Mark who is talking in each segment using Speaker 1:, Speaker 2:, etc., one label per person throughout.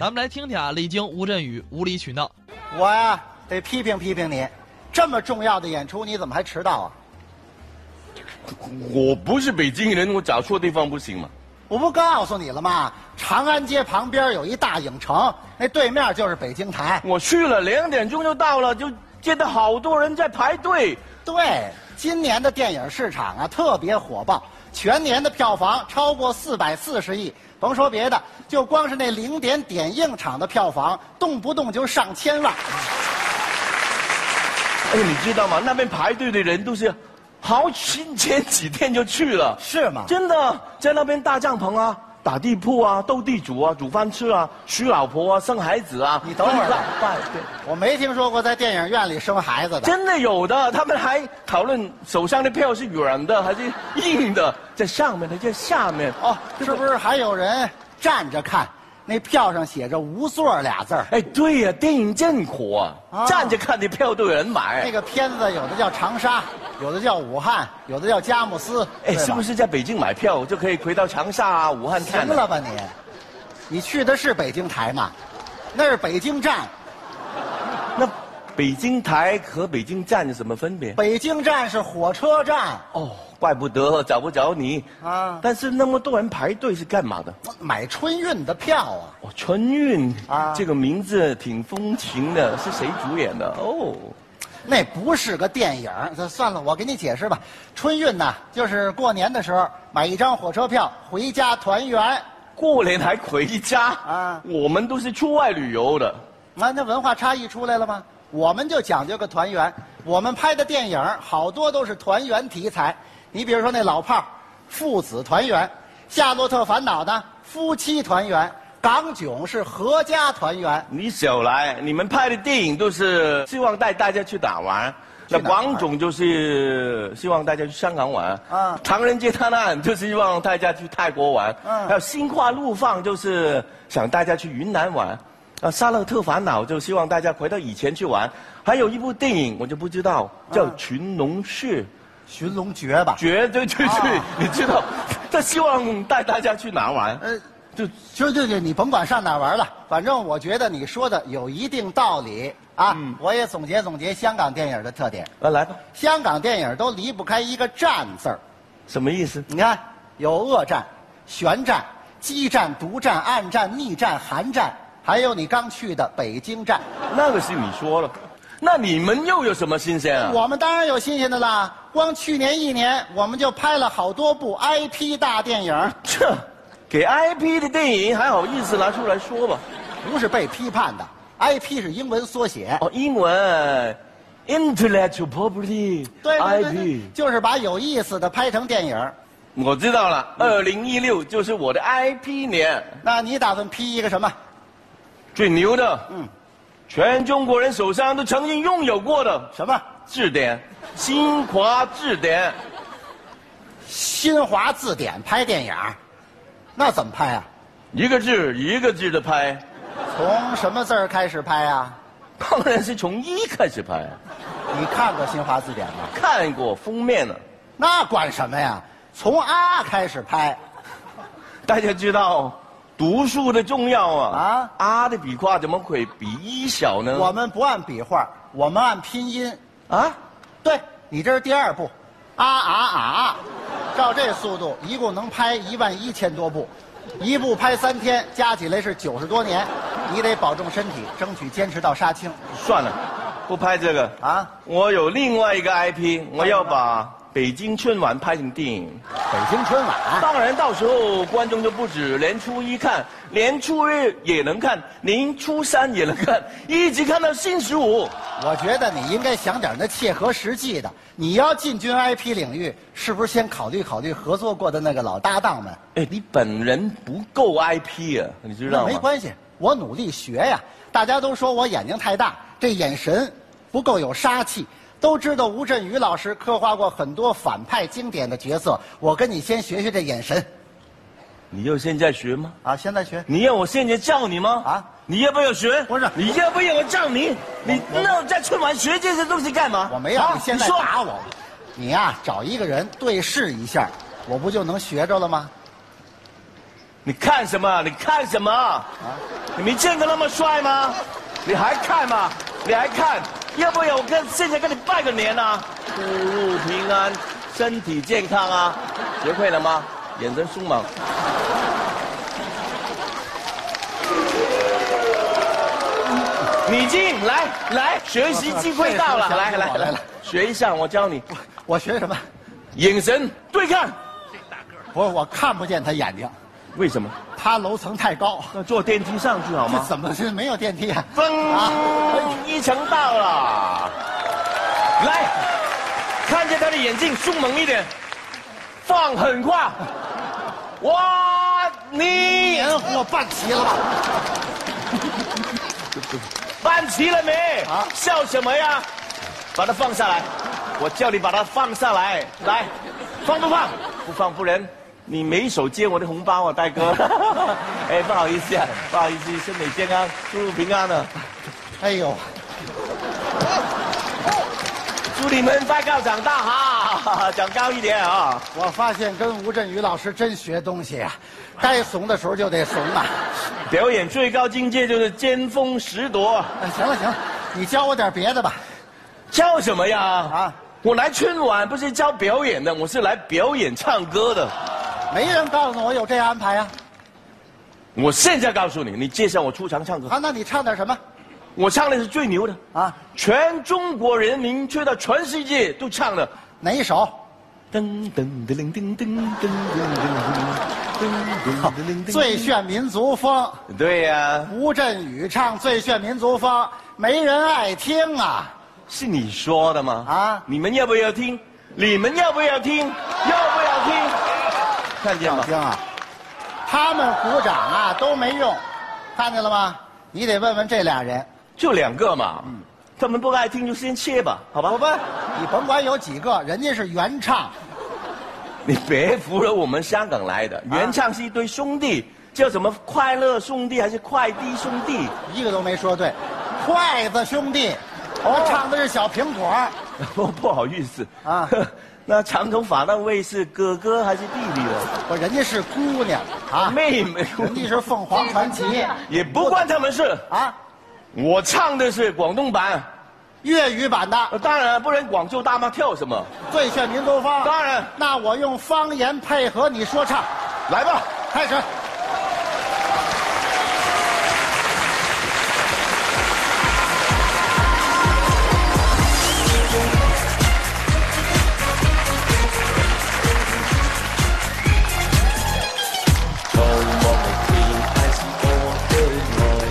Speaker 1: 咱们来听听啊，李菁、吴镇宇无理取闹。
Speaker 2: 我呀，得批评批评你，这么重要的演出你怎么还迟到啊？
Speaker 3: 我不是北京人，我找错地方不行吗？
Speaker 2: 我不告诉你了吗？长安街旁边有一大影城，那对面就是北京台。
Speaker 3: 我去了，两点钟就到了，就见到好多人在排队。
Speaker 2: 对，今年的电影市场啊特别火爆，全年的票房超过四百四十亿。甭说别的，就光是那零点点映场的票房，动不动就上千万。
Speaker 3: 哎，你知道吗？那边排队的人都是好几前几天就去了，
Speaker 2: 是吗
Speaker 3: 真的，在那边搭帐篷啊，打地铺啊，斗地主啊，煮饭吃啊，娶老婆啊，生孩子啊。
Speaker 2: 你等会儿吧
Speaker 3: 拜对，
Speaker 2: 我没听说过在电影院里生孩子的。
Speaker 3: 真的有的，他们还讨论手上的票是软的还是硬的，在上面的，在下面。
Speaker 2: 哦，是不是还有人站着看？那票上写着“无座”俩字儿。
Speaker 3: 哎，对呀、电影真火啊，
Speaker 2: 啊
Speaker 3: 站着看的票都有人买
Speaker 2: 那。个片子有的叫长沙，有的叫武汉，有的叫佳木斯。
Speaker 3: 哎，
Speaker 2: 对吧
Speaker 3: 是不是在北京买票就可以回到长沙啊、武汉看
Speaker 2: 行了吧你？你去的是北京台吗？那是北京站，
Speaker 3: 那北京台和北京站有什么分别？
Speaker 2: 北京站是火车站，
Speaker 3: 哦，怪不得找不着你
Speaker 2: 啊
Speaker 3: 啊！但是那么多人排队是干嘛的？
Speaker 2: 买春运的票啊。
Speaker 3: 哦，春运
Speaker 2: 啊
Speaker 3: 啊，这个名字挺风情的，是谁主演的？哦，
Speaker 2: 那不是个电影儿，这算了，我给你解释吧。春运呐，就是过年的时候买一张火车票回家团圆，
Speaker 3: 过年还回家
Speaker 2: 啊
Speaker 3: 啊？我们都是出外旅游的。
Speaker 2: 那那文化差异出来了吗？我们就讲究个团圆，我们拍的电影儿好多都是团圆题材。你比如说那老炮儿，父子团圆；夏洛特烦恼呢，夫妻团圆；港囧是合家团圆。
Speaker 3: 你少来，你们拍的电影都是希望带大家去哪玩。
Speaker 2: 去
Speaker 3: 那
Speaker 2: 哪玩
Speaker 3: 广总就是希望大家去香港玩，
Speaker 2: 啊
Speaker 3: 啊，唐人街探案就是希望大家去泰国玩，
Speaker 2: 嗯
Speaker 3: 还有心花怒放就是想大家去云南玩，啊，沙勒特烦恼就希望大家回到以前去玩，还有一部电影我就不知道，叫《群龙士
Speaker 2: 寻龙诀吧》，，
Speaker 3: 绝对去去
Speaker 2: 啊，
Speaker 3: 你知道，他希望带大家去哪玩？
Speaker 2: 呃，
Speaker 3: 就
Speaker 2: 就对对，你甭管上哪儿玩了，反正我觉得你说的有一定道理啊。我也总结总结香港电影的特点，
Speaker 3: 啊，来吧，
Speaker 2: 香港电影都离不开一个“战”字儿。
Speaker 3: 什么意思？
Speaker 2: 你看，有恶战、悬战、激战、独战、暗战、逆战、韩战，还有你刚去的北京站。
Speaker 3: 那个是你说了，那你们又有什么新鲜啊？
Speaker 2: 我们当然有新鲜的啦，光去年一年我们就拍了好多部 IP 大电影，
Speaker 3: 这给 IP 的电影还好意思拿出来说吧？
Speaker 2: 不是被批判的。IP 是英文缩写，
Speaker 3: 哦，英文 intellectual property
Speaker 2: 对对对
Speaker 3: IP
Speaker 2: 对，就是把有意思的拍成电影。
Speaker 3: 我知道了，
Speaker 2: 嗯
Speaker 3: 二零一六就是我的 IP 年，
Speaker 2: 那你打算批一个什么？
Speaker 3: 最牛的，
Speaker 2: 嗯
Speaker 3: 嗯，全中国人手上都曾经拥有过的
Speaker 2: 什么？
Speaker 3: 字典，新华字典。
Speaker 2: 新华字典拍电影？那怎么拍啊？
Speaker 3: 一个字一个字的拍，
Speaker 2: 从什么字儿开始拍啊？
Speaker 3: 当然是从一开始拍。
Speaker 2: 你看过新华字典吗？
Speaker 3: 看过封面了，
Speaker 2: 那管什么呀？从啊开始拍，
Speaker 3: 大家知道读书的重要啊！
Speaker 2: 啊
Speaker 3: 啊的笔画怎么会比一小呢？
Speaker 2: 我们不按笔画，我们按拼音。
Speaker 3: 嗯啊，
Speaker 2: 对你这是第二部，啊啊啊啊！照这速度，一共能拍一万一千多部，一部拍三天，加起来是九十多年。你得保重身体，争取坚持到杀青
Speaker 3: 算了，不拍这个啊！
Speaker 2: 啊！
Speaker 3: 我有另外一个 IP，我要把北京春晚拍成电影。
Speaker 2: 北京春晚，
Speaker 3: 当然，到时候观众就不止连初一看，连初二也能看，连初三也能看，一直看到新十五。
Speaker 2: 我觉得你应该想点那切合实际的。你要进军 IP 领域，是不是先考虑考虑合作过的那个老搭档们？
Speaker 3: 哎，你本人不够 IP 啊，你知
Speaker 2: 那
Speaker 3: 道
Speaker 2: 没
Speaker 3: 吗？
Speaker 2: 关系，我努力学呀。大家都说我眼睛太大，这眼神不够有杀气。都知道吴镇宇老师刻画过很多反派经典的角色，我跟你先学学这眼神
Speaker 3: 你就现在学吗？
Speaker 2: 啊，现在学。
Speaker 3: 你要我现在叫你吗？
Speaker 2: 啊
Speaker 3: 啊，你要不要学？
Speaker 2: 不是
Speaker 3: 你要不要我叫你？你
Speaker 2: 我
Speaker 3: 那我在春晚学这些东西干嘛？
Speaker 2: 我没让
Speaker 3: 啊
Speaker 2: 你现在
Speaker 3: 说
Speaker 2: 打我，你呀、找一个人对视一下，我不就能学着了吗？
Speaker 3: 你看什么？你看什么？你没见过那么帅吗？你还看吗？你还看？要不要我跟现在跟你拜个年啊？出入平安，身体健康啊！学会了吗？眼神凶猛。你进来来，学习机会到了，来来来来，学一下，我教你
Speaker 2: 我学什么？
Speaker 3: 眼神对看。
Speaker 2: 不是，我看不见他眼睛，
Speaker 3: 为什么？
Speaker 2: 他楼层太高，
Speaker 3: 那坐电梯上去好
Speaker 2: 这
Speaker 3: 吗？
Speaker 2: 怎么是没有电梯啊？
Speaker 3: 噔、
Speaker 2: 啊
Speaker 3: 哎一层到了。来，看见他的眼睛，凶猛一点，放狠话。哇，你
Speaker 2: 年货办齐了吧？
Speaker 3: 搬齐了没？
Speaker 2: 啊
Speaker 3: 笑什么呀？把它放下来，我叫你把它放下来。来，放不放？不放，不然你没手接我的红包啊，大哥。哎，不好意思啊，不好意思，身体健康，出入平安啊。
Speaker 2: 哎呦，
Speaker 3: 祝你们发高长大哈，长高一点啊！
Speaker 2: 我发现跟吴镇宇老师真学东西啊，该怂的时候就得怂啊。
Speaker 3: 表演最高境界就是尖峰十夺，
Speaker 2: 哎行了行了，你教我点别的吧。
Speaker 3: 教什么呀？
Speaker 2: 啊
Speaker 3: 啊，我来春晚不是教表演的，我是来表演唱歌的。
Speaker 2: 没人告诉我有这安排啊。
Speaker 3: 我现在告诉你，你介绍我出场唱歌，
Speaker 2: 啊，那你唱点什么？
Speaker 3: 我唱的是最牛的啊！
Speaker 2: 啊，
Speaker 3: 全中国人民吹到全世界都唱了。
Speaker 2: 哪一首？
Speaker 3: 噔噔噔噔 噔噔噔噔噔噔噔噔
Speaker 2: 最炫民族风，
Speaker 3: 对呀、
Speaker 2: 吴镇宇唱最炫民族风，没人爱听啊。
Speaker 3: 是你说的吗？
Speaker 2: 啊
Speaker 3: 啊，你们要不要听？你们要不要听？要不要听？看见
Speaker 2: 好
Speaker 3: 吗？
Speaker 2: 听啊，他们鼓掌啊都没用，看见了吗？你得问问这俩人。
Speaker 3: 就两个嘛，他们不爱听就先切吧，好吧？
Speaker 2: 我问你，甭管有几个，人家是原唱，
Speaker 3: 你别扶了，我们香港来的原唱是一堆兄弟，叫什么快乐兄弟还是快递兄弟？
Speaker 2: 一个都没说对。筷子兄弟，我唱的是小苹果。
Speaker 3: 我不好意思
Speaker 2: 啊
Speaker 3: 啊， 那长头发那位是哥哥还是弟弟的？
Speaker 2: 不，人家是姑娘啊，
Speaker 3: 妹妹，
Speaker 2: 人家是凤凰传奇
Speaker 3: 也不关他们事。
Speaker 2: 啊，
Speaker 3: 我唱的是广东版，
Speaker 2: 粤语版的
Speaker 3: 呃当然不然广州大妈跳什么？
Speaker 2: 《最炫民族风》。
Speaker 3: 当然
Speaker 2: 那我用方言配合你说唱，
Speaker 3: 来吧。
Speaker 2: 开始。
Speaker 4: 我望明天快是我的愛，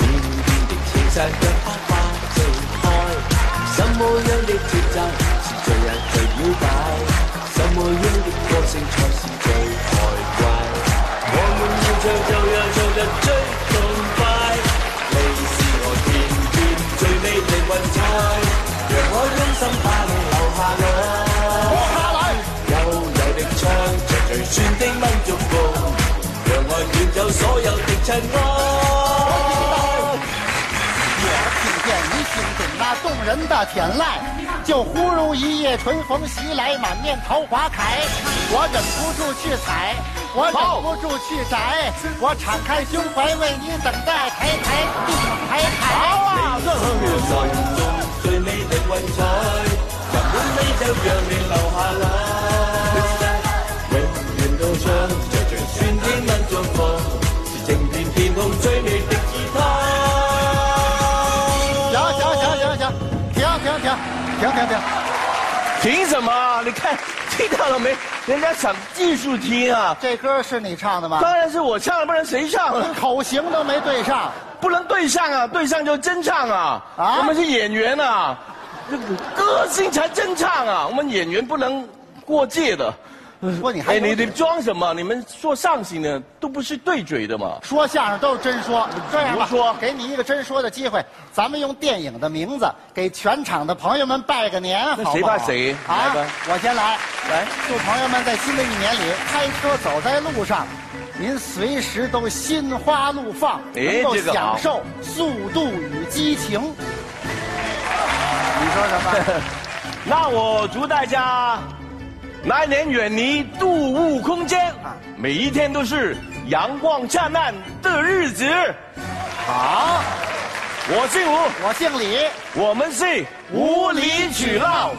Speaker 4: 遠遠地斜曬腳花花盛開，什麼樣的節奏是最也最了解，什麼樣的歌聲才是最開懷。我們要唱就讓唱得最痛快，你是我天邊最美的雲彩，讓我用心把你留下來。
Speaker 2: 我下来。
Speaker 4: 有有的唱着最酸的民族風，讓愛捲走所有的塵埃。
Speaker 2: 我听见你心中那动人的天籁，就忽如一夜春风袭来，满面桃花开。我忍不住去采，我忍不住去摘，我敞开胸怀为你等待，抬抬地抬抬。好啊！
Speaker 4: 在雨中最美的雲彩，任滿你就讓你留下來。永遠都唱着最酸的民族風，是整片天空最美的姿
Speaker 2: 行行行行行，
Speaker 4: 態。
Speaker 2: 停停停停停停，
Speaker 3: 凭什么？你看听到了没？人家想技术听啊，
Speaker 2: 这歌是你唱的吗？
Speaker 3: 当然是我唱了，不然谁唱啊？
Speaker 2: 口型都没对上，
Speaker 3: 不能对上啊，对上就真唱啊。
Speaker 2: 啊
Speaker 3: 我们是演员啊，这个歌星才真唱啊，我们演员不能过界的。
Speaker 2: 说你还
Speaker 3: 哎，
Speaker 2: 有
Speaker 3: 你你装什么？你们说相声的都不是对嘴的嘛？
Speaker 2: 说相声都是真说，这样吧，
Speaker 3: 胡说
Speaker 2: 给你一个真说的机会，咱们用电影的名字给全场的朋友们拜个年，好不好？
Speaker 3: 谁怕谁
Speaker 2: 啊
Speaker 3: 来吧！
Speaker 2: 我先来，
Speaker 3: 来，
Speaker 2: 祝朋友们在新的一年里开车走在路上，您随时都心花怒放，
Speaker 3: 哎
Speaker 2: 能够
Speaker 3: 这个
Speaker 2: 享
Speaker 3: 好
Speaker 2: 受速度与激情。你说什么？
Speaker 3: 那我祝大家来年远离度物空间
Speaker 2: 啊，
Speaker 3: 每一天都是阳光灿烂的日子。
Speaker 2: 好，
Speaker 3: 我姓吴，
Speaker 2: 我姓李。
Speaker 3: 我们是无理取闹。